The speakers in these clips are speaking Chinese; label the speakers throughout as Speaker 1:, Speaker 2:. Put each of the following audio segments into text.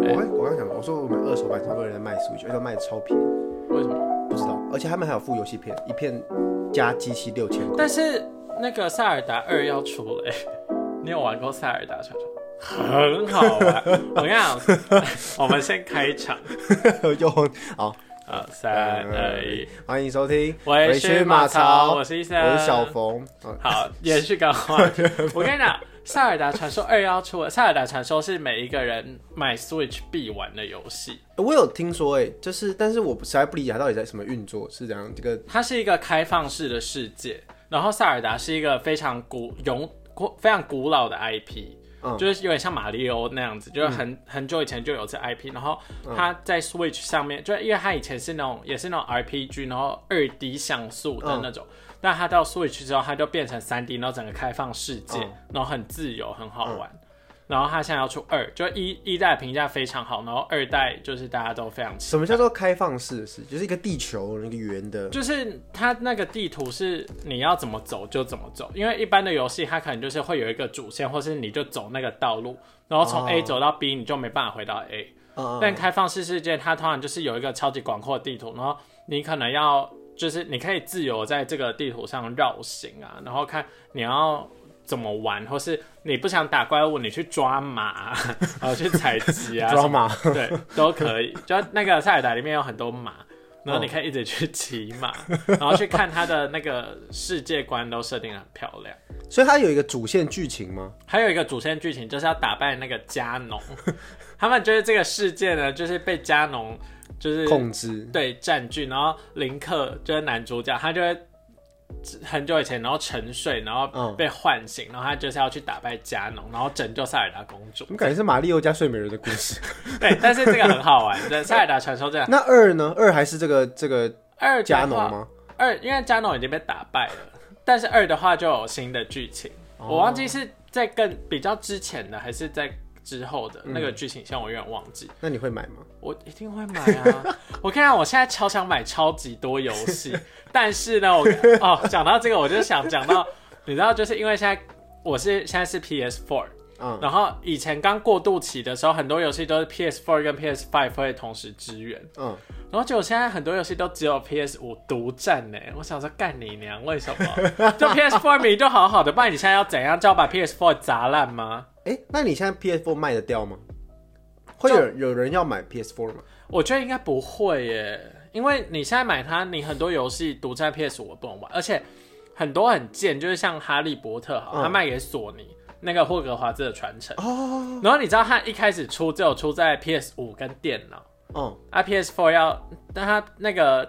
Speaker 1: 对
Speaker 2: 我刚我刚讲，我说我们二手版很多人在卖 Switch，而且他卖的超便宜，
Speaker 1: 为什么？
Speaker 2: 不知道。而且他们还有附游戏片，一片加机器六千块。
Speaker 1: 但是那个《塞尔达二》要出了、欸， 你有玩过《塞尔达传说》？很好玩， 我跟你讲，我们先开场
Speaker 2: 又好，嗯
Speaker 1: 啊，三二一，
Speaker 2: 欢迎收听《
Speaker 1: 哎我是马
Speaker 2: 槽
Speaker 1: 超，呃我是医生，
Speaker 2: 我是小冯。啊
Speaker 1: 好，延续刚刚 话题。我跟你讲，《塞尔达传说二》要出了，《塞尔达传说》是每一个人买 Switch 必玩的游戏，
Speaker 2: 我有听说哎、就是，但是我实在不理解它到底在什么运作，是怎样这个
Speaker 1: 它是一个开放式的世界。然后，塞尔达是一个非常古永古非常古老的 IP，、
Speaker 2: 嗯
Speaker 1: 就是有点像马里奥那样子，就是很、很久以前就有这
Speaker 2: 嗯
Speaker 1: IP。然后它在 Switch 上面，就因为它以前是那种也是那种 RPG，然后二 D 像素的那种。
Speaker 2: 嗯
Speaker 1: 但它到 Switch 之后，它就变成三 D，然后整个开放世界，
Speaker 2: 嗯
Speaker 1: 然后很自由，很好玩。然后它现在要出二，就一一代评价非常好，然后二代就是大家都非常期
Speaker 2: 什么叫做开放式的是，就是一个地球那个圆的，
Speaker 1: 就是它那个地图是你要怎么走就怎么走，因为一般的游戏它可能就是会有一个主线，或是你就走那个道路，然后从
Speaker 2: 哦
Speaker 1: A 走到 B，你就没办法回到 A。
Speaker 2: 嗯
Speaker 1: 但开放式世界它通常就是有一个超级广阔的地图，然后你可能要就是你可以自由在这个地图上绕行啊，然后看你要怎么玩，或是你不想打怪物，你去抓马啊， 然后去采 集啊，
Speaker 2: 抓马，
Speaker 1: 对，都可以。就那个塞尔达里面有很多马，
Speaker 2: 嗯
Speaker 1: 然后你可以一直去骑马，然后去看它的那个世界观都设定的很漂亮。
Speaker 2: 所以它有一个主线剧情吗？
Speaker 1: 还有一个主线剧情就是要打败那个加 农，他们就是这个世界呢，就是被加农就是
Speaker 2: 控制，
Speaker 1: 对占据，然后林克就是男主角，他就会很久以前然后沉睡，然后
Speaker 2: 嗯
Speaker 1: 被唤醒，然后他就是要去打败加农，然后拯救塞尔达公主
Speaker 2: 怎。么感觉是马里奥加睡美人的故事？
Speaker 1: 对，但是这个很好玩，对，塞尔达传说这样。
Speaker 2: 那二呢？二还是这个这个
Speaker 1: 二
Speaker 2: 加
Speaker 1: 的
Speaker 2: 农
Speaker 1: 话
Speaker 2: 吗？
Speaker 1: 二，因为加农已经被打败了，但是二的话就有新的剧情，
Speaker 2: 哦
Speaker 1: 我忘记是在更比较之前的还是在之后
Speaker 2: 嗯
Speaker 1: 的、那个剧情线，我有点忘记。
Speaker 2: 那你会买吗？
Speaker 1: 我一定会买啊！ 我看到我现在超想买超级多游 戏，但是呢，我哦讲到这个，我就想讲到，你知道，就是因为现在我是现在是 PS4，
Speaker 2: 嗯
Speaker 1: 然后以前刚过渡期的时候，很多游戏都是 PS4 跟 PS5 会同时支援。
Speaker 2: 嗯，
Speaker 1: 然后结果现在很多游戏都只有 PS 五独占呢，我想说干你娘，为什么？就 PS Four 明明就好好的，不然你现在要怎样？就要把 PS Four 砸烂吗？
Speaker 2: 哎、那你现在 PS4 卖得掉吗？会有有人要买 PS4 吗？
Speaker 1: 我觉得应该不会耶，因为你现在买它，你很多游戏独占 PS 五不能玩，而且很多很贱，就是像《哈利波特》好，
Speaker 2: 嗯
Speaker 1: 它卖给索尼那个霍格华兹的传承。
Speaker 2: 哦，
Speaker 1: 然后你知道它一开始出只有出在 PS 五跟电脑，
Speaker 2: 嗯，
Speaker 1: 啊 PS4 要，但它那个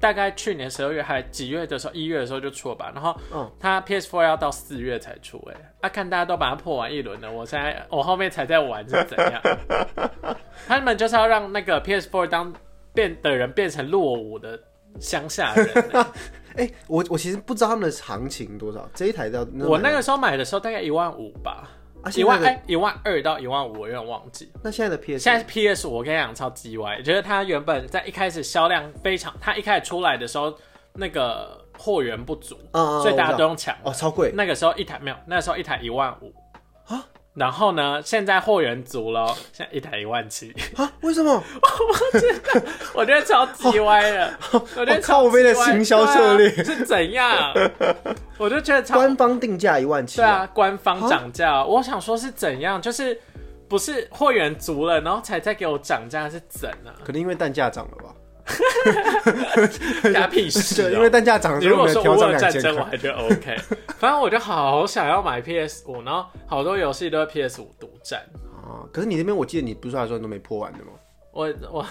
Speaker 1: 大概去年十二月还几月的时候，一月的时候就出了吧，然后
Speaker 2: 嗯
Speaker 1: 它 PS4 要到四月才出、欸，哎，啊看大家都把它破完一轮了，我现在我后面才在玩是怎样？他们就是要让那个 PS4 当变的人变成落伍的乡 下人欸、
Speaker 2: 哎、我我其实不知道他们的行情多少，这一台要
Speaker 1: 我那个时候买的时候大概一万五吧，
Speaker 2: 啊，
Speaker 1: 一
Speaker 2: 现在
Speaker 1: 万
Speaker 2: 的、
Speaker 1: 哎一万二到一万五，我有点忘记。
Speaker 2: 那现在的 PS，
Speaker 1: 现在是 PS 我跟你讲超级歪，就是它原本在一开始销量非常，它一开始出来的时候那个货源不足，
Speaker 2: 嗯嗯
Speaker 1: 所以大家都
Speaker 2: 我
Speaker 1: 用抢
Speaker 2: 知道
Speaker 1: 的。
Speaker 2: 哦超贵，
Speaker 1: 那个时候一台没有，那时候一台一万五啊。然后呢，现在货源足了哦，现在一台一万七，
Speaker 2: 啊？为什么？
Speaker 1: 我觉得超级 歪的，我觉得超
Speaker 2: 好靠
Speaker 1: 级
Speaker 2: 背的
Speaker 1: 歪
Speaker 2: 行销策略
Speaker 1: 对啊是 怎样？我就觉得超
Speaker 2: 官方定价一万七，
Speaker 1: 对，啊，官方涨价啊，我想说是怎样，就是不是货源足了，然后才再给我涨价是怎啊？
Speaker 2: 可能因为蛋价涨了 吧？
Speaker 1: 干屁事、
Speaker 2: 对，
Speaker 1: 喔！
Speaker 2: 因为蛋价涨了，
Speaker 1: 你
Speaker 2: 所以
Speaker 1: 如
Speaker 2: 我
Speaker 1: 果
Speaker 2: 们
Speaker 1: 说
Speaker 2: 调
Speaker 1: 无
Speaker 2: 涨
Speaker 1: 论
Speaker 2: 两
Speaker 1: 战
Speaker 2: 千
Speaker 1: 争，我
Speaker 2: 块。
Speaker 1: 还觉得 OK。反 正我就好想要买 PS 五，然后好多游戏都是 PS 五独占。
Speaker 2: 啊，可是你那边我记得你不是还说你都没破完的吗？
Speaker 1: 我我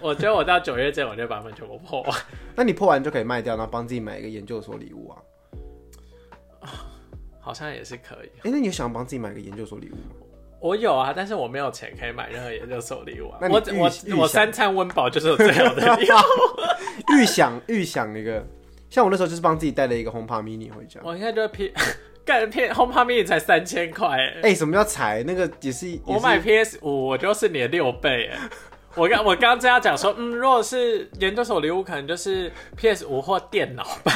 Speaker 1: 我觉得我到九月之前我就把它们全部破完。
Speaker 2: 那你破完就可以卖掉，然后帮自己买一个研究所礼物啊。
Speaker 1: 好像也是可以，
Speaker 2: 哎、那你有想帮自己买个研究所礼物吗？
Speaker 1: 我有啊，但是我没有钱可以买任何研究所礼物啊。
Speaker 2: 那你
Speaker 1: 我
Speaker 2: 预预
Speaker 1: 我
Speaker 2: 想
Speaker 1: 我三餐温饱就是我最 好的礼物。
Speaker 2: 预想预想一个，像我那时候就是帮自己带了一个 HomePod Mini 回家。
Speaker 1: 我应该就是 P 干 P HomePod Mini 才三千块欸，
Speaker 2: 哎、什么叫踩？那个也是，也是
Speaker 1: 我买 PS 五，我就是你的六倍 哎。我刚我刚刚这样讲说，嗯，如果是研究所礼物，可能就是 PS 五或电脑吧。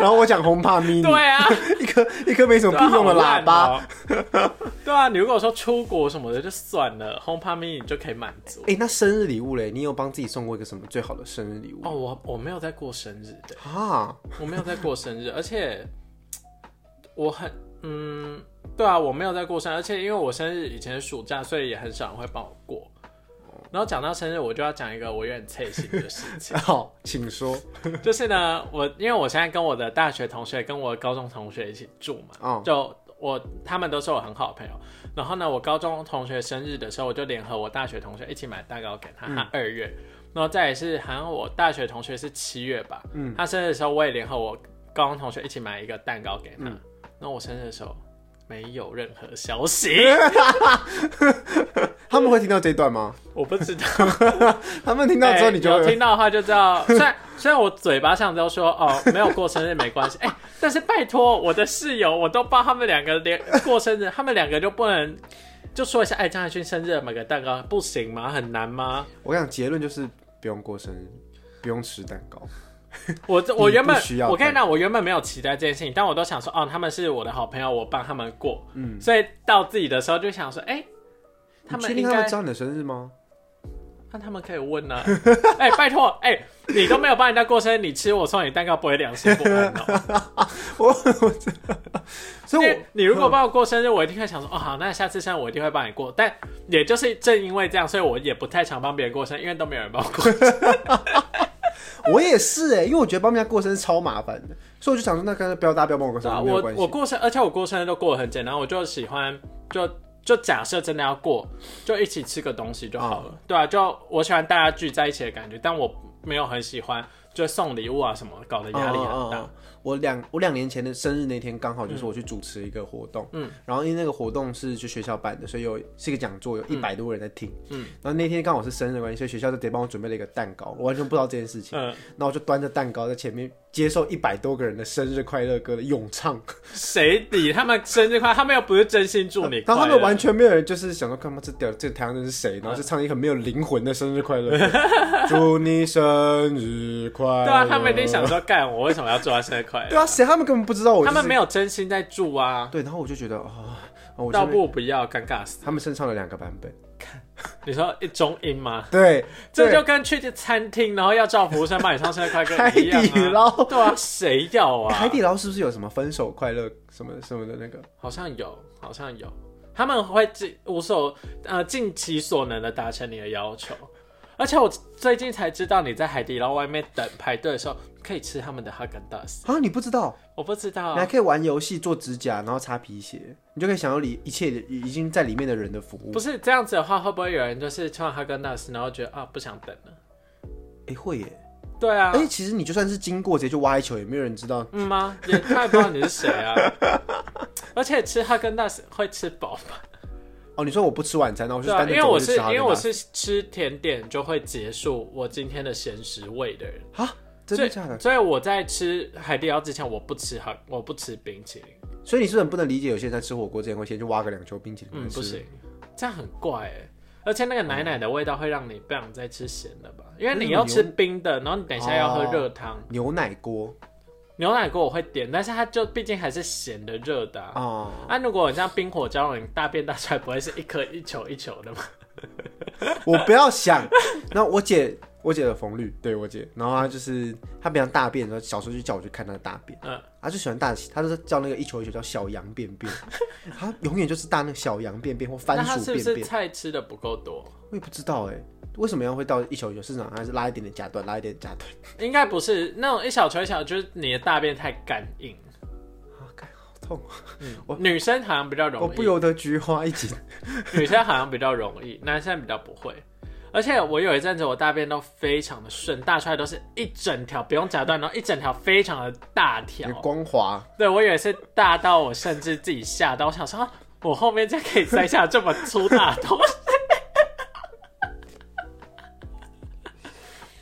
Speaker 2: 然后我讲红帕 mini，
Speaker 1: 对啊，
Speaker 2: 一颗一颗没什么
Speaker 1: 对啊
Speaker 2: 屁用的喇叭。。
Speaker 1: 好烂哦对啊，你如果说出国什么的就算了，HomePod mini 你就可以满足。
Speaker 2: 哎、那生日礼物嘞？你有帮自己送过一个什么最好的生日礼物？
Speaker 1: 哦，我我没有在过生日的，
Speaker 2: 啊，
Speaker 1: 我没有在 过生日，而且我很嗯，对啊，我没有在过生日，而且因为我生日以前是暑假，所以也很少人会帮我过。然后讲到生日，我就要讲一个我有点刺心的事情，
Speaker 2: 好，请说。
Speaker 1: 就是呢，我因为我现在跟我的大学同学、跟我高中同学一起住嘛，
Speaker 2: 哦，
Speaker 1: 就我他们都是我很好的朋友。然后呢，我高中同学生日的时候，我就联合我大学同学一起买蛋糕给他，
Speaker 2: 嗯
Speaker 1: 他二月。然后再也是好像我大学同学是七月吧，
Speaker 2: 嗯
Speaker 1: 他生日的时候我也联合我高中同学一起买一个蛋糕给他。
Speaker 2: 嗯
Speaker 1: 那我生日的时候没有任何 消息，
Speaker 2: 他们会听到这一段吗？
Speaker 1: 我不知道。
Speaker 2: 他 们听到之后，你就
Speaker 1: 哎有
Speaker 2: 会
Speaker 1: 听到的话就知道。 虽然虽然我嘴巴上都说哦没有过生日没关系， 哎、但是拜托我的室友，我都帮他们两个连过生日，他们两个就不能就说一下，哎、张海勋生日买个蛋糕不行吗？很难吗？
Speaker 2: 我想结论就是不用过生日，不用吃蛋糕。
Speaker 1: 我这我原本
Speaker 2: 你不需要
Speaker 1: 我跟你讲，我原本没有期待这件事情，但我都想说，哦，他们是我的好朋友，我帮他们过，
Speaker 2: 嗯，
Speaker 1: 所以到自己的时候就想说，哎、他
Speaker 2: 你确
Speaker 1: 们
Speaker 2: 定
Speaker 1: 应
Speaker 2: 他们
Speaker 1: 该
Speaker 2: 知道你的生日 吗？
Speaker 1: 那他们可以问呢、啊。哎、拜托，哎、你都没有帮人家过生日，你吃我送你蛋糕，不会良心不安哦。
Speaker 2: 我我这，所以我
Speaker 1: 因为你如果帮我过生日，我一定会想说，哦好，那下次生日我一定会帮你过。但也就是正因为这样，所以我也不太常帮别人过生日，因为都没有人帮我 过。
Speaker 2: 我也是哎、因为我觉得帮人家过生日超麻烦的，所以我就想说，那干脆不要大家不要帮我过生啊日，没有
Speaker 1: 啊我
Speaker 2: 关
Speaker 1: 我
Speaker 2: 系。
Speaker 1: 过生，而且我过生日都过得很简单，我就喜欢就就假设真的要过，就一起吃个东西就好了。对啊，就我喜欢大家聚在一起的感觉，但我没有很喜欢就送礼物啊什么，搞得压力很大。
Speaker 2: 嗯嗯
Speaker 1: 嗯
Speaker 2: 嗯我两我两年前的生日那天，刚好就是我去主持一个活动，嗯，然后因为那个活动是去学校办的，所以有是一个讲座，有一百多个人在听，嗯，然后那天刚好是生日的关系，所以学校就得帮我准备了一个蛋糕，我完全不知道这件事情，嗯，
Speaker 1: 嗯
Speaker 2: 然后我就端着蛋糕在前面接受一百多个人的生日快乐歌的咏唱，
Speaker 1: 谁理他们生日快？他们又不是真心祝你
Speaker 2: 然
Speaker 1: 快乐。嗯
Speaker 2: 后他们完全没有人就是想说干嘛这屌这台上人是谁，然后就唱一个没有灵魂的生日快乐歌， 祝你生日快乐，
Speaker 1: 对啊，他们一定想说，干我为什么要祝他生日快乐？
Speaker 2: 对啊，谁他们根本不知道我、就
Speaker 1: 他
Speaker 2: 是，
Speaker 1: 们没有真心在住啊，
Speaker 2: 对，然后我就觉得啊、哦，我
Speaker 1: 倒
Speaker 2: 这边
Speaker 1: 不如不要，尴尬死。
Speaker 2: 他们身上有两个版本，
Speaker 1: 你说一中音吗？
Speaker 2: 对，
Speaker 1: 这
Speaker 2: 对
Speaker 1: 就跟去餐厅，然后要叫服务生帮你唱生日快
Speaker 2: 海
Speaker 1: 歌一样
Speaker 2: 底
Speaker 1: 啊。
Speaker 2: 捞。
Speaker 1: 对啊，谁要啊？
Speaker 2: 海底捞是不是有什么分手快乐什么什么的那个？
Speaker 1: 好像有，好像有，他们会尽无所呃尽其所能的达成你的要求。而且我最近才知道，你在海底捞外面等排队的时候，可以吃他们的哈根达斯。
Speaker 2: 啊，你不知道，
Speaker 1: 我不知道啊
Speaker 2: 你还，可以玩游戏、做指甲，然后擦皮鞋，你就可以享受里一切已已经在里面的人的服务
Speaker 1: 不。是这样子的话，会不会有人就是吃完哈根达斯，然后觉得啊不想等了？
Speaker 2: 哎、会耶！
Speaker 1: 对啊
Speaker 2: 而，且其实你就算是经过，直接去挖一球，也没有人知道。
Speaker 1: 嗯吗？也太不知道你是谁啊！而且吃哈根达斯会吃饱吧？
Speaker 2: 哦，你说我不吃晚餐，然后我就
Speaker 1: 对啊，
Speaker 2: 单
Speaker 1: 因
Speaker 2: 着
Speaker 1: 为
Speaker 2: 走
Speaker 1: 我
Speaker 2: 就是吃哈
Speaker 1: 因
Speaker 2: 根达
Speaker 1: 为
Speaker 2: 斯
Speaker 1: 我是吃甜点就会结束我今天的闲食味的人，
Speaker 2: 啊，真的假的？
Speaker 1: 所以我在吃海底捞之前，我不吃哈，我不吃冰淇淋，
Speaker 2: 所以你是不是很不能理解有些人在吃火锅之前会先去挖个两球冰淇淋
Speaker 1: 嗯，
Speaker 2: 来吃？
Speaker 1: 不行，这样很怪哎、而且那个奶奶的味道会让你不想再吃咸的吧？因为你要吃冰的，然后你等一下要喝热汤，
Speaker 2: 牛奶锅
Speaker 1: 牛奶锅我会点，但是它就毕竟还是咸的热的啊。
Speaker 2: 哦，
Speaker 1: 啊，如果你像冰火蛟龙，你大便大出来不会是一颗一球一球的吗？
Speaker 2: 我不要想。 然后我姐，我姐的冯绿，对我姐，然后她就是她平常大便的时候，小时候就叫我去看她的大便，
Speaker 1: 嗯
Speaker 2: 嗯，她就喜欢大，她就是叫那个一球一球叫小羊便便，她永远就是大那个小羊便便或番
Speaker 1: 那他
Speaker 2: 薯
Speaker 1: 是不
Speaker 2: 便
Speaker 1: 是
Speaker 2: 便，
Speaker 1: 菜吃的不够多？
Speaker 2: 我也不知道哎、为什么要会到一球一球？市场还是拉一点点夹断，拉一点点夹断
Speaker 1: 应该不是那种一小球一小球，就是你的大便太干硬。
Speaker 2: 啊，干好痛！
Speaker 1: 我女生好像比较
Speaker 2: 我
Speaker 1: 容
Speaker 2: 不
Speaker 1: 易，
Speaker 2: 由得菊花一 紧。
Speaker 1: 女生好像比较容易，男生比较不会。而且我有一阵子我大便都非常的顺，大出来都是一整条，不用夹断，然后一整条非常的大条
Speaker 2: 有。光滑，
Speaker 1: 对我有一次大到我甚至自己吓到，我想说、啊我后面竟然可以塞下这么粗大的东西。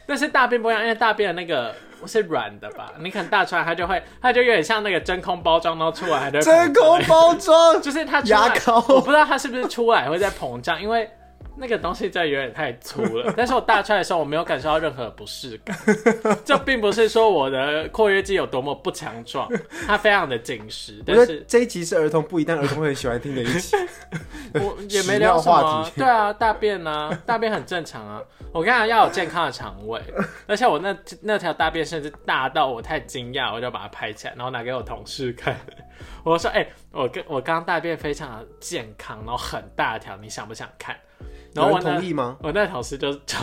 Speaker 1: 但是大便不一样，因为大便的那个是软的吧，你可能大出来它就会，它就有点像那个真空包装，然后出来它就 会
Speaker 2: 真
Speaker 1: 膨胀
Speaker 2: 空包装，
Speaker 1: 就是它出来
Speaker 2: 牙膏
Speaker 1: 我不知道它是不是出来会在膨胀，因为那个东西真的有点太粗 了。但是我大穿的时候，我没有感受到任何不适感。这并不是说我的括约肌有多么不强壮，它非常的紧实。
Speaker 2: 我
Speaker 1: 但
Speaker 2: 觉得
Speaker 1: 是
Speaker 2: 这一集是儿童不宜，但儿童会很喜欢听的一集。
Speaker 1: 我也
Speaker 2: 屎
Speaker 1: 没聊
Speaker 2: 尿
Speaker 1: 什么
Speaker 2: 话
Speaker 1: 啊。对啊，大便啊，大便很正常啊。我刚才要有健康的肠 胃，而且我那那条大便甚至大到我太惊讶，我就把它拍起来，然后拿给我同事看。 我说：“哎、我跟我刚刚大便非常的健康，然后很大条，你想不想看？” 然后
Speaker 2: 有
Speaker 1: 我
Speaker 2: 人
Speaker 1: 那
Speaker 2: 同意吗？
Speaker 1: 我那同事就 就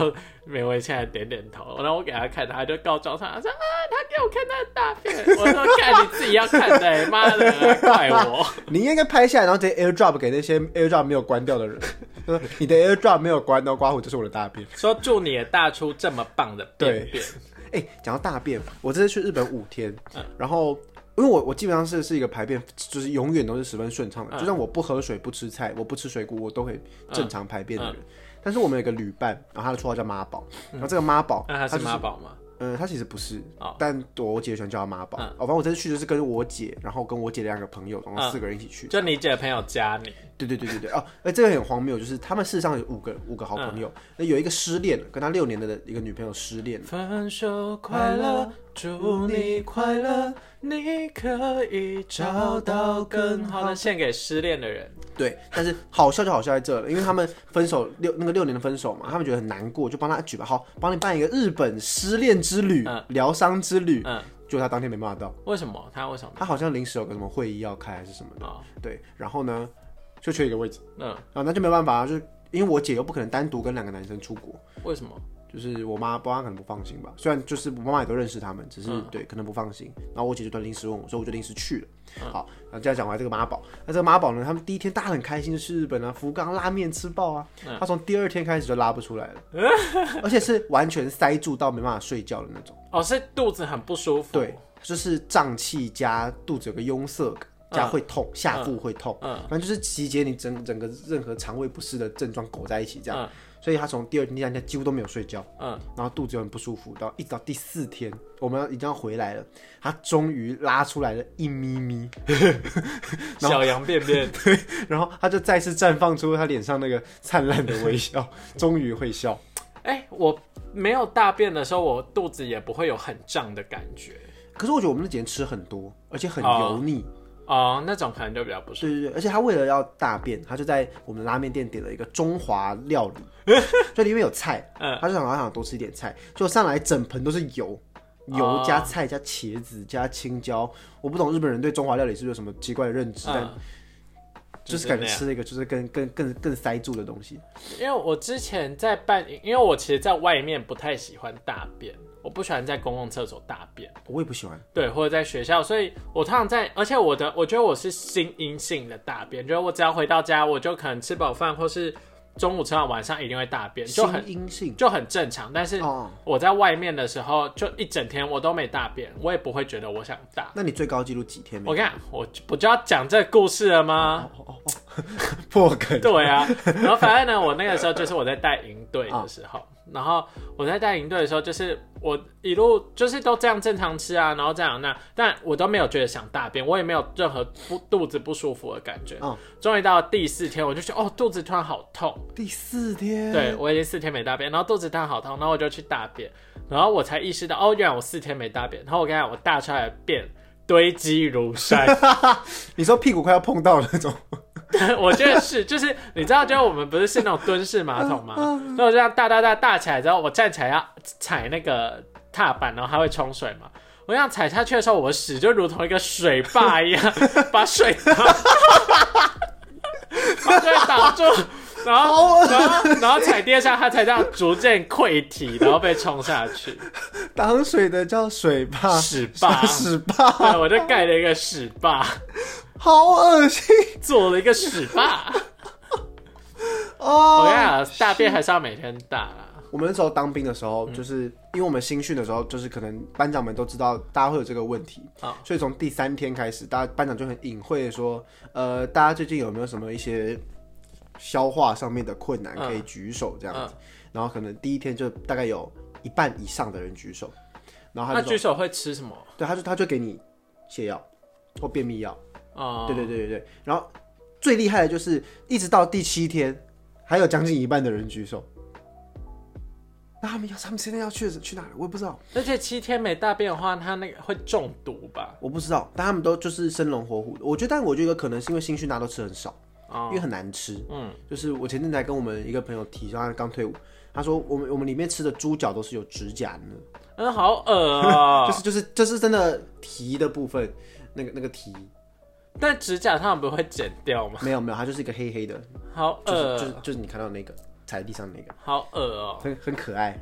Speaker 1: 勉为其难点点头，然后我给他看，他就告状他说啊，他给我看他的大便，我说看你自己要看的、欸，妈的，怪我。
Speaker 2: 你应该拍下来，然后直接 AirDrop 给那些 AirDrop 没有关掉 的人，就说你的 AirDrop 没有关，然后刮胡就是我的大便。
Speaker 1: 说祝你也大出这么棒的便便，
Speaker 2: 哎、讲到大便，我这次去日本五天，
Speaker 1: 嗯
Speaker 2: 然后因为我我基本上是是一个排便，就是永远都是十分顺畅的，
Speaker 1: 嗯
Speaker 2: 就算我不喝水、不吃菜、我不吃水果，我都会正常排便的人。
Speaker 1: 嗯
Speaker 2: 但是我们有一个旅伴，然后他的绰号叫妈宝，然后这个妈宝，
Speaker 1: 那嗯啊他
Speaker 2: 就是
Speaker 1: 妈宝吗？
Speaker 2: 嗯，他其实不是，
Speaker 1: 哦嗯
Speaker 2: 但我姐喜欢叫他妈宝。哦，反正我这次去就是跟我姐，然后跟我姐两个朋友，总共四个人一起去。
Speaker 1: 嗯就你姐的朋友加你，
Speaker 2: 对对对对对，哦，哎，这个很荒谬，就是他们事实上有五个五个好朋
Speaker 1: 嗯
Speaker 2: 友，那、有一个失恋了，跟他六年的一个女朋友失恋了，
Speaker 1: 分手快乐，祝你快乐，你可以找到更好的，献给失恋的人。
Speaker 2: 对，但是好笑就好笑在这了，因为他们分手六那个六年的分手嘛，他们觉得很难过，就帮他举办好，帮你办一个日本失恋之旅、疗伤之旅。
Speaker 1: 嗯，
Speaker 2: 就他当天没办法到，
Speaker 1: 为什么？他为什么？
Speaker 2: 他好像临时有个什么会议要开还是什么的，
Speaker 1: 哦
Speaker 2: 对，然后呢就缺一个位置
Speaker 1: 嗯，
Speaker 2: 啊，那就没办法、啊，就是因为我姐又不可能单独跟两个男生出国，
Speaker 1: 为什么？
Speaker 2: 就是我妈，我妈可能不放心吧。虽然就是我妈妈也都认识他们，只是、对可能不放心。然后我姐就突然临时问我，所以我就临时去了。好，然后这样讲回来这个妈宝，那这个妈宝呢，他们第一天大家很开心，就去日本啊，福冈拉面吃爆啊。他从第二天开始就拉不出来了，而且是完全塞住到没办法睡觉的那种。
Speaker 1: 哦，是肚子很不舒服。
Speaker 2: 对，就是胀气加肚子有个壅塞感。加会痛，下腹会痛，反正就是集结你整整个任何肠胃不适的症状裹在一起这样，所以他从第二天、第三天几乎都没有睡觉，
Speaker 1: 嗯，
Speaker 2: 然后肚子有点不舒服，到一直到第四天，我们要已经要回来了，他终于拉出来了一咪咪，
Speaker 1: 小羊便便。
Speaker 2: 然后他就再次绽放出他脸上那个灿烂的微笑，终于会笑。
Speaker 1: 哎、我没有大便的时候，我肚子也不会有很胀的感觉
Speaker 2: 可是我觉得我们那几天吃很多，而且很
Speaker 1: 哦
Speaker 2: 油腻，
Speaker 1: 哦，那种可能就比较不舒
Speaker 2: 对对对，而且他为了要大便，他就在我们拉面店点了一个中华料 理，就里面有菜，
Speaker 1: 嗯
Speaker 2: 他就想他想多吃一点菜，就上来整盆都是油，油
Speaker 1: 哦
Speaker 2: 加菜加茄子加青椒，我不懂日本人对中华料理是不是有什么奇怪的认知，
Speaker 1: 服。
Speaker 2: 但
Speaker 1: 嗯，
Speaker 2: 就是
Speaker 1: 就
Speaker 2: 感觉
Speaker 1: 那样
Speaker 2: 吃了一个就是更更更更塞住的东西，
Speaker 1: 因为我之前在办，因为我其实在外面不太喜欢大便，我不喜欢在公共厕所大便，
Speaker 2: 我也不喜欢。
Speaker 1: 对，或者在学校，所以我通常在，而且我的，我觉得我是心阴性的大便，就是我只要回到家，我就可能吃饱饭或是中午吃完晚上一定会大便，就
Speaker 2: 心
Speaker 1: 很
Speaker 2: 阴性
Speaker 1: 就很正常。但是
Speaker 2: 哦，
Speaker 1: 我在外面的时候，就一整天我都没大便，我也不会觉得我想大。
Speaker 2: 那你最高纪录几天没
Speaker 1: 我？跟你讲，我就不就要讲这个故事了吗？哦
Speaker 2: 破梗。
Speaker 1: 对啊，然后反正呢，我那个时候就是我在带营队的时候，然后我在带营队的时候，就是我一路就是都这样正常吃啊，然后这样那，但我都没有觉得想大便，我也没有任何不肚子不舒服的感觉
Speaker 2: 嗯。
Speaker 1: 终于到第四天，我就觉得哦，肚子突然好痛，
Speaker 2: 第四天，
Speaker 1: 对，我已经四天没大便，然后肚子突然好痛，然后我就去大便，然后我才意识到哦，原来我四天没大便，然后我跟你讲，我大出来的便堆积如山。
Speaker 2: 你说屁股快要碰到那种，
Speaker 1: 我觉得是，就是你知道，就是我们不是是那种蹲式马桶吗？那我这样大大大大起来之后，我站起来要踩那个踏板，然后它会冲水嘛。我这样踩下去的时候，我屎就如同一个水坝一样， 把水挡住，把水挡住，然后然后然后踩地上，它才这样逐渐溃体，然后被冲下去。
Speaker 2: 挡水的叫水坝，
Speaker 1: 屎坝
Speaker 2: 屎坝，
Speaker 1: 对，我就盖了一个屎坝，
Speaker 2: 好恶心
Speaker 1: 做了一个屎坝。我
Speaker 2: 哦
Speaker 1: 跟你！讲，大便还是要每天大啦。
Speaker 2: 我们那时候当兵的时
Speaker 1: 嗯
Speaker 2: 候，就是因为我们新训的时候，就是可能班长们都知道大家会有这个问题，
Speaker 1: 啊
Speaker 2: 所以从第三天开始，大家班长就很隐晦的说，呃，大家最近有没有什么一些消化上面的困难，可以举手这样
Speaker 1: 啊
Speaker 2: 子。然后可能第一天就大概有一半以上的人举手，然后他
Speaker 1: 那
Speaker 2: 就说，
Speaker 1: 举手会吃什么？
Speaker 2: 对，他就他就给你泻药或便秘药，
Speaker 1: 哦，
Speaker 2: 对对对对对。然后最厉害的就是一直到第七天，还有将近一半的人举手。那他们要他们现在要去去哪里？我也不知道，
Speaker 1: 而且七天没大便的话，它那个会中毒吧？
Speaker 2: 我不知道。但他们都就是生龙活虎的。我觉得，但我觉得有可能是因为新训大家都吃很少，
Speaker 1: 哦
Speaker 2: 因为很难吃。
Speaker 1: 嗯，
Speaker 2: 就是我前阵才跟我们一个朋友提，说他刚退伍，他说我们我们里面吃的猪脚都是有指甲的。
Speaker 1: 嗯，好恶 哦、
Speaker 2: 就是就是这是真的蹄的部分，那个那个蹄
Speaker 1: 但指甲他们不会剪掉吗？
Speaker 2: 没有没有，它就是一个黑黑的，
Speaker 1: 好恶、
Speaker 2: 就
Speaker 1: 哦
Speaker 2: 是、就是就是你看到那个踩在地上的那个，
Speaker 1: 好恶哦、
Speaker 2: 很很可爱。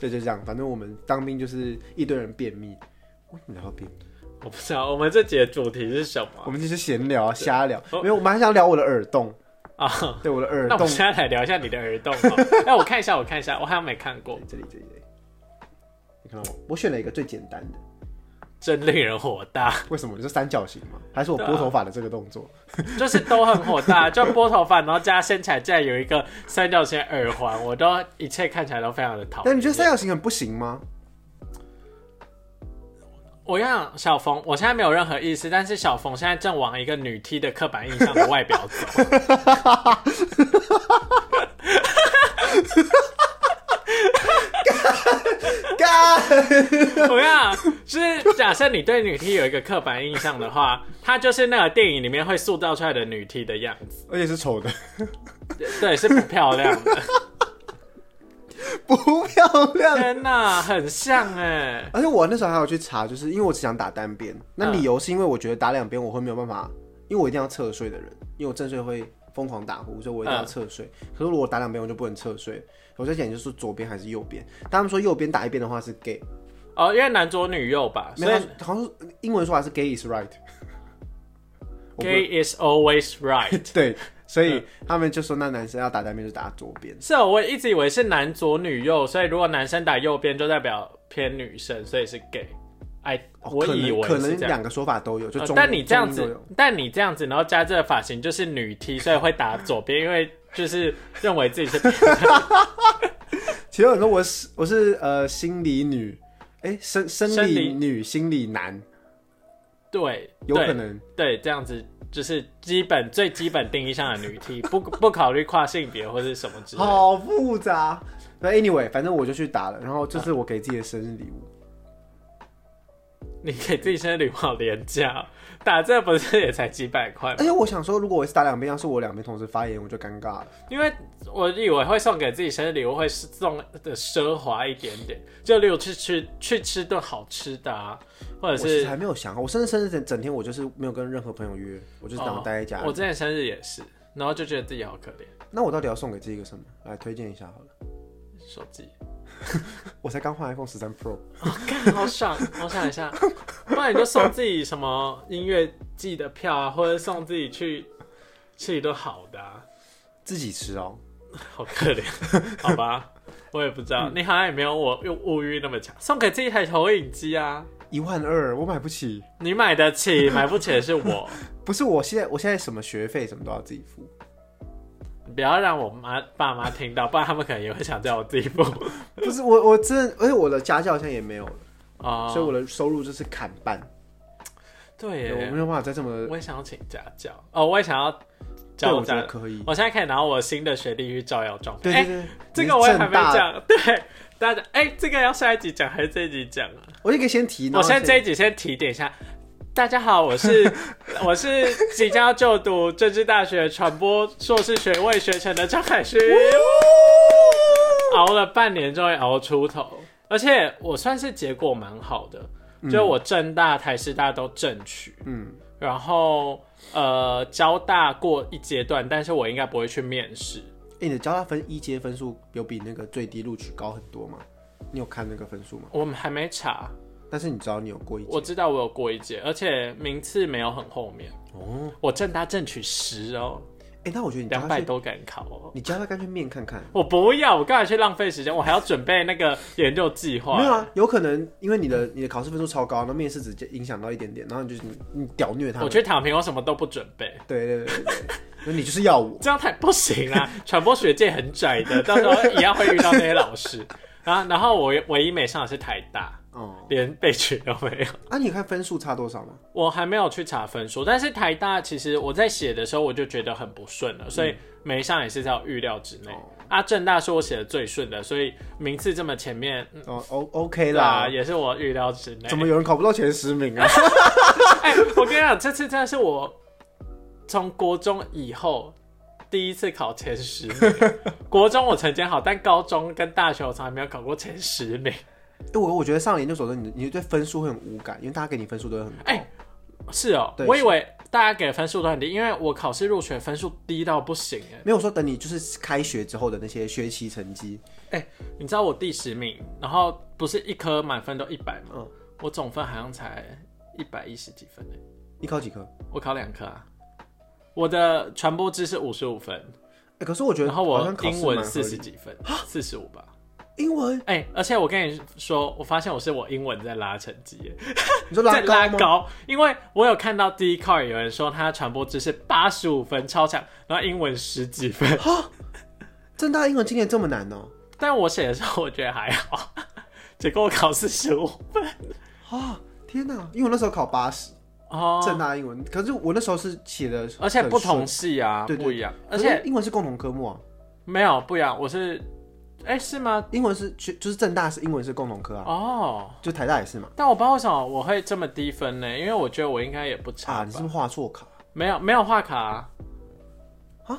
Speaker 2: 对，就这样，反正我们当兵就是一堆人便秘。为什么聊到便秘？
Speaker 1: 我不知道我们这集的主题是什么
Speaker 2: 我们就是闲聊啊，瞎聊。没有，我们还想聊我的耳洞。
Speaker 1: 啊？
Speaker 2: 对，我的耳
Speaker 1: 那我
Speaker 2: 洞
Speaker 1: 们，现在来聊一下你的耳洞 吧。哎，我看一下，我看一下，我好像没看过，
Speaker 2: 这里这里这里，你看到我，我选了一个最简单的。
Speaker 1: 真令人火大，
Speaker 2: 为什么？你是三角形吗？还是我
Speaker 1: 对啊
Speaker 2: 拨头发的这个动作？
Speaker 1: 就是都很火大，就拨头发，然后加掀起来，竟然有一个三角形耳环，我都一切看起来都非常的讨厌。
Speaker 2: 但你觉得三角形很不行吗？
Speaker 1: 我跟你讲，小冯，我现在没有任何意思，但是小冯现在正往一个女 T 的刻板印象的外表走。
Speaker 2: 干！
Speaker 1: 我跟你讲，就是假设你对女 T 有一个刻板印象的话，她就是那个电影里面会塑造出来的女 T 的样子，
Speaker 2: 而且是丑的。
Speaker 1: 对，是不漂亮的。
Speaker 2: 不漂亮。
Speaker 1: 天哪，很像哎、
Speaker 2: 而且我那时候还有去查，就是因为我只想打单边，那
Speaker 1: 嗯
Speaker 2: 理由是因为我觉得打两边我会没有办法，因为我一定要侧睡的人，因为我正睡会疯狂打呼，所以我一定要侧睡。
Speaker 1: 嗯
Speaker 2: 可是如果打两边我就不能侧睡，我在想就是左边还是右边。但他们说右边打一边的话是 gay，
Speaker 1: 哦，因为男左女右吧，
Speaker 2: 没
Speaker 1: 所
Speaker 2: 有
Speaker 1: 以，
Speaker 2: 好像是英文说法是 gay is right。我不
Speaker 1: gay 嗯 is always right。
Speaker 2: 对，所以他们就说那男生要打单边就打左边。
Speaker 1: 是哦，我一直以为是男左女右，所以如果男生打右边就代表偏女生，所以是 gay。哎、
Speaker 2: 哦
Speaker 1: 我
Speaker 2: 可能
Speaker 1: 以为
Speaker 2: 可
Speaker 1: 是
Speaker 2: 能
Speaker 1: 这样。
Speaker 2: 两个说法都有，就
Speaker 1: 呃
Speaker 2: 中、
Speaker 1: 但你这样
Speaker 2: 中英都
Speaker 1: 子
Speaker 2: 有，
Speaker 1: 但你这样子，然后加这个发型就是女 T，所以会打左边，因为就是认为自己是偏
Speaker 2: 其实很多我是我是呃心理女，哎、生生
Speaker 1: 生
Speaker 2: 理
Speaker 1: 理
Speaker 2: 女、心理男，
Speaker 1: 对，
Speaker 2: 有可
Speaker 1: 对
Speaker 2: 能
Speaker 1: 对，这样子就是基本最基本定义上的女 T，不 不考虑跨性别或是什么之类的。
Speaker 2: 好复杂。那 anyway，反正我就去打了，然后这是我给自己的生日礼物。
Speaker 1: 你给自己生日礼物好廉价哦，打这不是也才几百块吗
Speaker 2: 而？且我想说，如果我是打两边，要是我两边同时发言，我就尴尬了。
Speaker 1: 因为我以为会送给自己生日礼物会是送的奢华一点点，就例如去吃去吃顿好吃的啊，或者
Speaker 2: 我其
Speaker 1: 是
Speaker 2: 实还没有想好，我生日生日整整天我就是没有跟任何朋友约，我就是当待在家
Speaker 1: 哦
Speaker 2: 里。
Speaker 1: 我之前生日也是，然后就觉得自己好可怜，
Speaker 2: 那我到底要送给自己一个什么？来推荐一下好了。
Speaker 1: 手机，
Speaker 2: 我才刚换 iPhone 十三 Pro，
Speaker 1: 看好爽，我想一下，不然你就送自己什么音乐季的票啊，或者送自己去吃一顿好的、啊，
Speaker 2: 自己吃哦。
Speaker 1: 好可怜，好吧，我也不知道，你好像也没有我用物欲那么强，送给自己一台投影机啊，
Speaker 2: 一万二，我买不起。
Speaker 1: 你买得起，买不起的是我。
Speaker 2: 不是，我现在我现在什么学费什么都要自己付。
Speaker 1: 不要让我妈爸妈听到，不然他们可能也会想叫我自己付。
Speaker 2: 不是我，我真的，而且我的家教好像也没有了，
Speaker 1: 哦，
Speaker 2: 所以我的收入就是砍半，
Speaker 1: 对
Speaker 2: 对我
Speaker 1: 耶
Speaker 2: 没，有办法再这么。
Speaker 1: 我也想要请家教哦，我也想要
Speaker 2: 对，
Speaker 1: 教
Speaker 2: 我觉
Speaker 1: 家
Speaker 2: 得。可以。
Speaker 1: 我现在可以拿我新的学历去招摇撞
Speaker 2: 对
Speaker 1: 骗。
Speaker 2: 对
Speaker 1: 哎
Speaker 2: 对，
Speaker 1: 这
Speaker 2: 你
Speaker 1: 个我也
Speaker 2: 正
Speaker 1: 还没
Speaker 2: 大，
Speaker 1: 讲， 对大家，哎、这个要下一集讲还是这一集讲啊？
Speaker 2: 我就可以先提。然
Speaker 1: 我
Speaker 2: 后
Speaker 1: 现在这
Speaker 2: 再
Speaker 1: 一集先提点一下。大家好，我 是我是即将要就读政治大学传播硕士学位学程的张凯勋。熬了半年，终于熬出头，而且我算是结果蛮好的，就我正大、台师大都正取，
Speaker 2: 嗯，
Speaker 1: 然后呃交大过一阶段，但是我应该不会去面试。
Speaker 2: 哎你的交大分一阶分数有比那个最低录取高很多吗？你有看那个分数吗？
Speaker 1: 我们还没查，
Speaker 2: 但是你知道你有过一阶
Speaker 1: 我知道我有过一阶，而且名次没有很后面，
Speaker 2: 哦。
Speaker 1: 我正大正取十哦，
Speaker 2: 哎，那我觉得你
Speaker 1: 两
Speaker 2: 交
Speaker 1: 百
Speaker 2: 大，
Speaker 1: 都敢考哦。
Speaker 2: 你交大干脆面看看。
Speaker 1: 我不要，我干嘛去浪费时间？我还要准备那个研究计划。
Speaker 2: 没有啊，有可能因为你的你的考试分数超高，那面试直接影响到一点点，然后你就你你屌虐他
Speaker 1: 我
Speaker 2: 们。
Speaker 1: 去躺平，我什么都不准备。
Speaker 2: 对对对对对，那你就是要我。
Speaker 1: 这样太不行啦！传播学界很啊窄的，到时候一样会遇到那些老师。然后，然后我唯一没上的是台大，
Speaker 2: 哦，
Speaker 1: 连被取都没有。
Speaker 2: 啊，你看分数差多少吗？
Speaker 1: 我还没有去查分数，但是台大其实我在写的时候我就觉得很不顺了，所以每一项也是在我预料之内。啊，正大是我写的最顺的，所以名次这么前面，嗯
Speaker 2: 哦，O OK
Speaker 1: 对啊，
Speaker 2: 啦，
Speaker 1: 也是我预料之内。
Speaker 2: 怎么有人考不到前十名啊？
Speaker 1: 哎、我跟你讲，这次真的是我从国中以后第一次考前十名。国中我曾经好，但高中跟大学我从来没有考过前十名。
Speaker 2: 欸我我觉得上了研究所的时候，你你对分数会很无感，因为大家给你分数都会很高。
Speaker 1: 哎是哦，
Speaker 2: 对
Speaker 1: 我以为大家给的分数都很低，因为我考试入学分数低到不行哎。
Speaker 2: 没有说等你就是开学之后的那些学期成绩，
Speaker 1: 你知道我第十名，然后不是一科满分都一百吗？
Speaker 2: 嗯
Speaker 1: 我总分好像才一百一十几分哎，
Speaker 2: 你考几科？
Speaker 1: 我考两科啊。我的传播知识五十五分，
Speaker 2: 哎、可是我觉得
Speaker 1: 然后
Speaker 2: 好
Speaker 1: 我
Speaker 2: 像考试
Speaker 1: 英
Speaker 2: 蛮
Speaker 1: 文
Speaker 2: 合
Speaker 1: 四
Speaker 2: 理
Speaker 1: 十
Speaker 2: 的，
Speaker 1: 几分，四十五吧。
Speaker 2: 英文
Speaker 1: 哎、而且我跟你说，我发现我是我英文在拉成绩耶，
Speaker 2: 你说拉
Speaker 1: 在拉
Speaker 2: 高吗？
Speaker 1: 高，因为我有看到第一 car 有人说他传播知识八十五分超强，然后英文十几分，
Speaker 2: 正大英文今年这么难哦、
Speaker 1: 但我写的时候我觉得还好， 结果我考四十五分
Speaker 2: 啊，天哪！因为我那时候考八十、正
Speaker 1: 哦，
Speaker 2: 大英文，可是我那时候是写的，
Speaker 1: 而且不同，系啊，
Speaker 2: 对对
Speaker 1: 不一样，而
Speaker 2: 可是
Speaker 1: 且
Speaker 2: 英文是共同科目啊，
Speaker 1: 没有不一样，我是，哎、是吗？
Speaker 2: 英文是学就是正大是英文是共同科啊，
Speaker 1: 哦，
Speaker 2: 就台大也是嘛。
Speaker 1: 但我不知道为什么我会这么低分呢？因为我觉得我应该也不差吧。
Speaker 2: 啊，你是不是画错卡？
Speaker 1: 没有没有画卡啊。
Speaker 2: 啊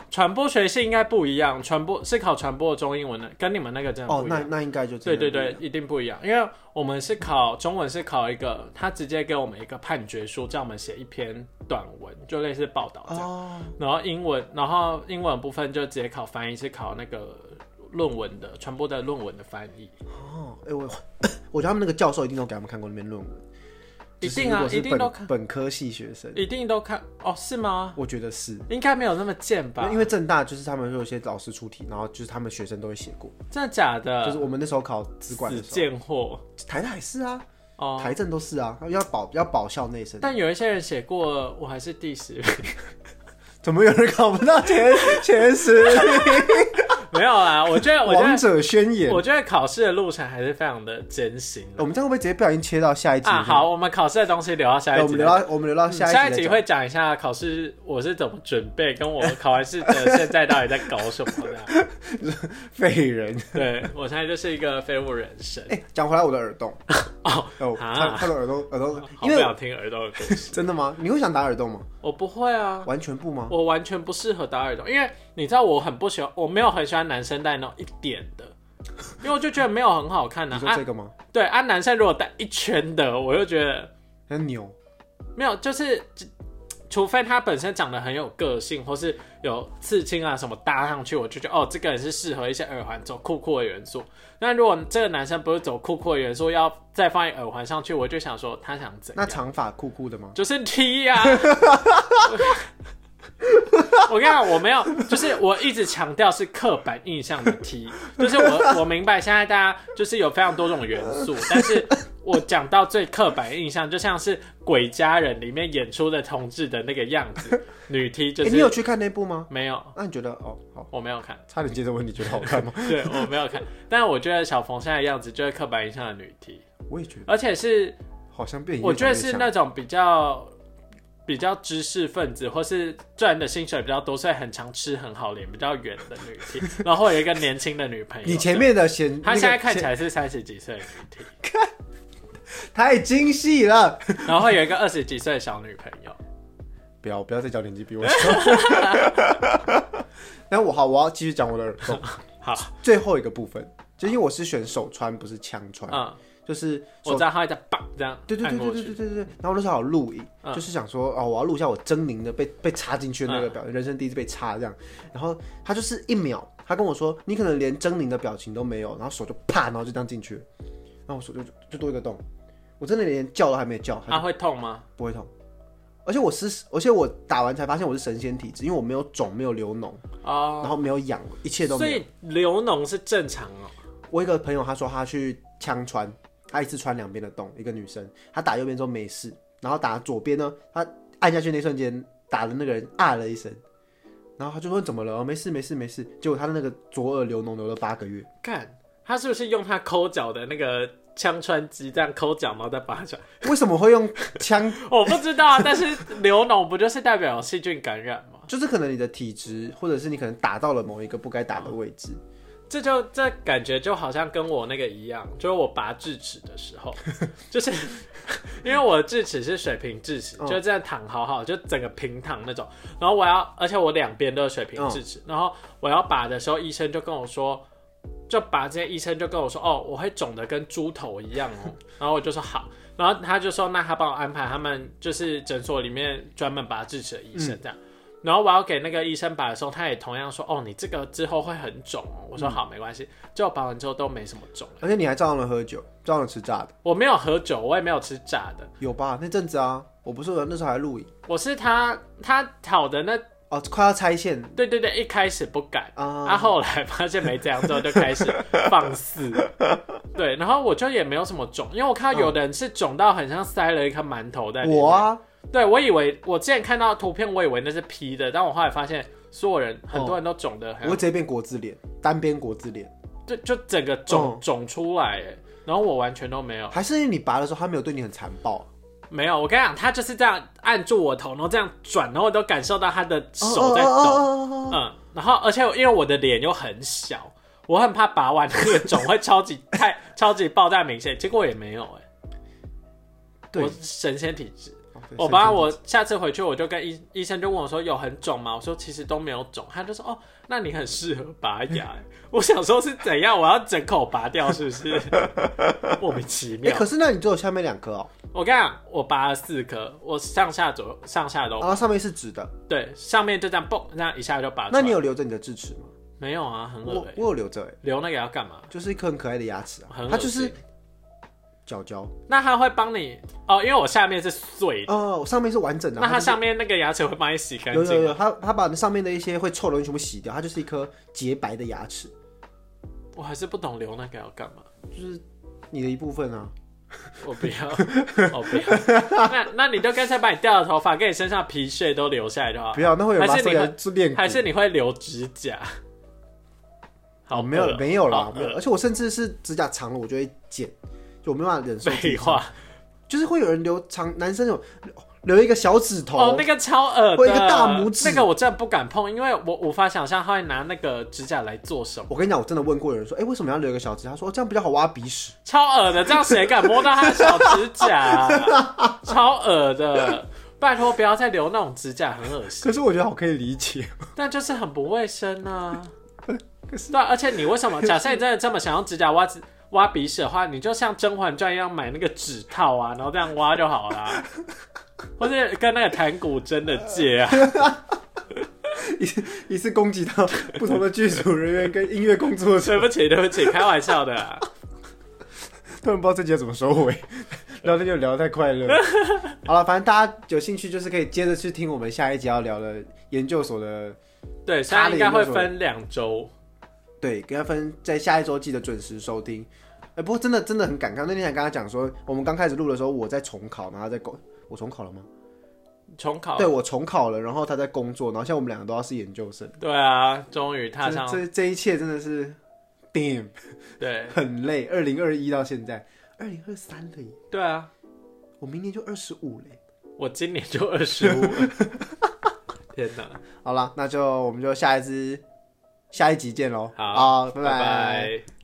Speaker 1: 传播学系应该不一样，传播是考传播的中英文的，跟你们那个真的
Speaker 2: 哦
Speaker 1: 不，一样。
Speaker 2: 那那应该就真的
Speaker 1: 对对
Speaker 2: 不一样，
Speaker 1: 对，一定不一样，因为我们是考中文是考一个，他直接给我们一个判决书，叫我们写一篇短文，就类似报道这样。
Speaker 2: 哦，
Speaker 1: 然后英文，然后英文部分就直接考翻译，是考那个论文的传播的论文的翻译。
Speaker 2: 哦，哎、我 我觉得他们那个教授一定都给他们看过那篇论文，
Speaker 1: 一
Speaker 2: 就是
Speaker 1: 定啊
Speaker 2: 如果是
Speaker 1: 一定
Speaker 2: 本
Speaker 1: 都看
Speaker 2: 本科系学生，
Speaker 1: 一定都看哦？是吗？
Speaker 2: 我觉得是。
Speaker 1: 应该没有那么贱吧？
Speaker 2: 因为正大就是他们有些老师出题，然后就是他们学生都会写过，
Speaker 1: 真的假的？
Speaker 2: 就是我们那时候考资管
Speaker 1: 死
Speaker 2: 的时
Speaker 1: 贱货
Speaker 2: 候，台大也是啊，
Speaker 1: 哦。
Speaker 2: 台政都是啊，要保要保校内生。
Speaker 1: 但有一些人写过，我还是第十，
Speaker 2: 怎么有人考不到前前十？
Speaker 1: 没有啊。我觉得， 我觉
Speaker 2: 王
Speaker 1: 得，
Speaker 2: 者宣言。
Speaker 1: 我觉得考试的路程还是非常的艰辛的
Speaker 2: 我们这样会不会直接不小心切到下一集？
Speaker 1: 啊。好，我们考试的东西留到下
Speaker 2: 对，
Speaker 1: 一
Speaker 2: 我
Speaker 1: 集
Speaker 2: 们
Speaker 1: 再
Speaker 2: 留
Speaker 1: 讲。
Speaker 2: 到我们留到下一集
Speaker 1: 下
Speaker 2: 再
Speaker 1: 一
Speaker 2: 讲。
Speaker 1: 集会讲一下考试我是怎么准备，跟我考完试的现在到底在搞什么的。
Speaker 2: 废人。
Speaker 1: 对我现在就是一个废物人生，
Speaker 2: 哎、讲回来我的耳洞
Speaker 1: 哦，
Speaker 2: 哦，
Speaker 1: 啊
Speaker 2: 他他的耳洞耳洞，
Speaker 1: 好
Speaker 2: 因
Speaker 1: 不
Speaker 2: 为
Speaker 1: 想听耳朵的故 事。
Speaker 2: 真的吗？你会想打耳洞吗？
Speaker 1: 我不会啊，
Speaker 2: 完全不吗？
Speaker 1: 我完全不适合打耳洞，因为你知道我很不喜欢，我没有很喜欢男生戴那种一点的，因为我就觉得没有很好看
Speaker 2: 你
Speaker 1: 啊。
Speaker 2: 说
Speaker 1: 啊
Speaker 2: 这个吗？
Speaker 1: 对啊，男生如果戴一圈的，我就觉得
Speaker 2: 很牛
Speaker 1: 没有，就是这除非他本身长得很有个性，或是有刺青啊什么搭上去，我就觉得哦，这个人是适合一些耳环走酷酷的元素。那如果这个男生不是走酷酷的元素，要再放一耳环上去，我就想说他想怎
Speaker 2: 那
Speaker 1: 样？
Speaker 2: 长发酷酷的吗？
Speaker 1: 就是 T 呀、我跟你讲，我没有，就是我一直强调是刻板印象的 T，就是我我明白现在大家就是有非常多种元素，但是我讲到最刻板印象，就像是《鬼家人》里面演出的同志的那个样 子，女 T 就
Speaker 2: 哎、
Speaker 1: 是、
Speaker 2: 你有去看那部吗？
Speaker 1: 没有，
Speaker 2: 那你觉得哦好，
Speaker 1: 我没有看，
Speaker 2: 差点接着问你觉得好 看吗？
Speaker 1: 对我没有看，但我觉得小冯现在的样子就是刻板印象的女 T，
Speaker 2: 我也觉得
Speaker 1: 而且是
Speaker 2: 好像变，
Speaker 1: 我觉得是那种比较比较知识分子，或是赚的薪水比较多，所以很常吃很好脸比较圆的女 T，然后有一个年轻的女朋友。
Speaker 2: 你前面的显，那
Speaker 1: 她
Speaker 2: 个
Speaker 1: 现在看起
Speaker 2: 显
Speaker 1: 来是三十几岁的女 T，
Speaker 2: 太精细了，
Speaker 1: 然后有一个二十几岁的小女朋友。
Speaker 2: 不要不要再讲年纪比我小。 那我好，我要继续讲我的耳洞。
Speaker 1: 好，
Speaker 2: 最后一个部分，就因为我是选手穿，不是枪穿，
Speaker 1: 嗯，
Speaker 2: 就是
Speaker 1: 我
Speaker 2: 手
Speaker 1: 知道她会在棒这样
Speaker 2: 对对
Speaker 1: 按
Speaker 2: 对对
Speaker 1: 过
Speaker 2: 对
Speaker 1: 去。
Speaker 2: 对对对。然后那时候好录影，
Speaker 1: 嗯
Speaker 2: 就是想说哦，我要录一下我狰狞的被被插进去的那个表，人生第一次被插这样。然后他就是一秒，他跟我说你可能连狰狞的表情都没有，然后手就啪，然后就这样进去了，然后我手就就就多一个洞，我真的连叫都还没叫，
Speaker 1: 她会痛吗？
Speaker 2: 不会痛。而且我是，而且我打完才发现我是神仙体质，因为我没有肿，没有流脓，
Speaker 1: 哦，
Speaker 2: 然后没有痒，一切都
Speaker 1: 所
Speaker 2: 没有。
Speaker 1: 以流脓是正常哦。
Speaker 2: 我有一个朋友他说他去枪穿，他一次穿两边的洞，一个女生，她打右边之后没事，然后打左边呢，她按下去那瞬间打的那个人啊了一声，然后他就说怎么了？哦没事没事没事。结果他的那个左耳流脓流了八个月，
Speaker 1: 看她是不是用她抠脚的那个枪穿机这样抠脚，然后再拔出来。
Speaker 2: 为什么会用枪？
Speaker 1: 我不知道啊，但是流脓不就是代表有细菌感染吗？
Speaker 2: 就是可能你的体质，或者是你可能打到了某一个不该打的位置。
Speaker 1: 这就这感觉就好像跟我那个一样，就是我拔智齿的 时候，就是因为我的智齿是水平智齿，
Speaker 2: 嗯
Speaker 1: 就这样躺好好，就整个平躺那种。然后我要，而且我两边都是水平
Speaker 2: 嗯
Speaker 1: 智齿，然后我要拔的时候，医生就跟我说，就拔之前医生就跟我说，哦，我会肿的跟猪头一样哦。然后我就说好，然后他就说，那他帮我安排他们就是诊所里面专门拔智齿的医生这样。然后我要给那个医生拔的时候，他也同样说：“哦，你这个之后会很肿哦。”我说：“好，没关系。”就拔完之后都没什么肿了。
Speaker 2: 而且你还照样了喝酒，照样了吃炸的，
Speaker 1: 我没有喝酒，我也没有吃炸的。
Speaker 2: 有吧？那阵子啊，我不是有那时候还录影
Speaker 1: 我是他他讨的那
Speaker 2: 哦，快要拆线
Speaker 1: 对对对，一开始不敢，
Speaker 2: 啊，
Speaker 1: 啊，后来发现没这样之后就开始放肆。对，然后我就也没有什么肿，因为我看到有的人是肿到很像塞了一颗馒头在里面。
Speaker 2: 我啊，
Speaker 1: 对我以为我之前看到图片，我以为那是 P 的，但我后来发现所有人、很多人都肿的
Speaker 2: 我
Speaker 1: 很
Speaker 2: 会直接变国字脸，单边国字脸，
Speaker 1: 就就整个肿
Speaker 2: 嗯
Speaker 1: 肿、出来，哎然后我完全都没有，
Speaker 2: 还是因为你拔的时候他没有对你很残暴啊，
Speaker 1: 没有。我跟你讲，他就是这样按住我头，然后这样转，然后我都感受到他的手
Speaker 2: 哦
Speaker 1: 在抖，
Speaker 2: 哦哦哦哦哦
Speaker 1: 嗯，然后而且因为我的脸又很小，我很怕拔完那个肿会超级太超级爆炸明显，结果也没有哎、
Speaker 2: 对
Speaker 1: 我是神仙体质。
Speaker 2: 哦对神
Speaker 1: 我
Speaker 2: 经
Speaker 1: 把我下次回去我就跟医医生就问我说有很肿吗？我说其实都没有肿，他就说哦，那你很适合拔牙 欸。我想说是怎样，我要整口拔掉是不是？莫名其
Speaker 2: 哎、
Speaker 1: 妙。
Speaker 2: 可是那你只有下面两颗哦，
Speaker 1: 我跟你讲，我拔了四颗，我上下左右上下都、
Speaker 2: 然啊后上面是直的，
Speaker 1: 对，上面就这样蹦，那一下就拔出来。
Speaker 2: 那你有留着你的智齿吗？
Speaker 1: 没有啊？很恶
Speaker 2: 我
Speaker 1: 心、
Speaker 2: 我有留着哎、
Speaker 1: 留那个要干嘛？
Speaker 2: 就是一颗很可爱的牙齿
Speaker 1: 很
Speaker 2: 啊
Speaker 1: 恶，
Speaker 2: 它就是
Speaker 1: 心
Speaker 2: 角角，
Speaker 1: 那他会帮你哦，因为我下面是碎的，
Speaker 2: 哦，我上面是完整的，
Speaker 1: 那
Speaker 2: 它
Speaker 1: 他
Speaker 2: 就是
Speaker 1: 上面那个牙齿会帮你洗干
Speaker 2: 有有
Speaker 1: 净啊
Speaker 2: 有，
Speaker 1: 吗？
Speaker 2: 它它把那上面的一些会臭的东西全部洗掉，它就是一颗洁白的牙齿，
Speaker 1: 我还是不懂留那个要干嘛，
Speaker 2: 就是你的一部分啊。
Speaker 1: 我不要， 我不要。那那你就干脆把你掉的头发跟你身上皮屑都留下来就好
Speaker 2: 不，要，那会有人把
Speaker 1: 哦还是
Speaker 2: 这
Speaker 1: 你
Speaker 2: 个是练骨，
Speaker 1: 还是你会留指甲？
Speaker 2: 哦
Speaker 1: 好恶，哦
Speaker 2: 没有没有啦
Speaker 1: 好，
Speaker 2: 没有。
Speaker 1: 恶
Speaker 2: 而且我甚至是指甲长了，我就会剪，就我没办法忍受。
Speaker 1: 呃废，话
Speaker 2: 就是会有人留长，男生有留一个小指头，
Speaker 1: 哦，那个超恶
Speaker 2: 或
Speaker 1: 的，
Speaker 2: 一个大拇指
Speaker 1: 那个我真的不敢碰，因为我无法想象他会拿那个指甲来做什么，
Speaker 2: 我跟你讲，我真的问过有人说，哎、为什么要留一个小指甲？他说、哦这样比较好挖鼻屎。
Speaker 1: 超恶的，这样谁敢摸到他的小指甲、 啊？超恶的，拜托不要再留那种指甲，很恶心。
Speaker 2: 可是我觉得好可以理解，
Speaker 1: 但就是很不卫生啊。 对啊，而且你为什么？假设你真的这么想要指甲挖指挖鼻屎的话，你就像《甄嬛传》一样买那个指套啊，然后这样挖就好 啦。或者跟那个弹古筝的借 啊，
Speaker 2: 一次一次攻击到不同的剧组人员跟音乐工作者，
Speaker 1: 对不起对不起，开玩笑的啊。
Speaker 2: 他们不知道这集要怎么收尾， 聊天就聊得太快乐。 好了，反正大家有兴趣就是可以接着去听我们下一集要聊的研究所的，
Speaker 1: 对，现在应该会分两周。
Speaker 2: 对，跟他分在下一周记得准时收听。哎、不过真的真的很感慨，那天还跟他讲说，我们刚开始录的时候我在重考，然后他在工，我重考了吗？
Speaker 1: 重考
Speaker 2: 对，我重考了，然后他在工作，然后现在我们两个都要是研究生。
Speaker 1: 对啊，终于踏
Speaker 2: 这
Speaker 1: 上
Speaker 2: 这这一切真的是，damn，
Speaker 1: 对
Speaker 2: 很累。二零二一到现在，二零二三了耶，
Speaker 1: 对啊，
Speaker 2: 我明年就二十五了耶。
Speaker 1: 我今年就二十五， 天哪！
Speaker 2: 好了，那就我们就下一支，下一集见喽。
Speaker 1: 好
Speaker 2: 好，拜
Speaker 1: 拜拜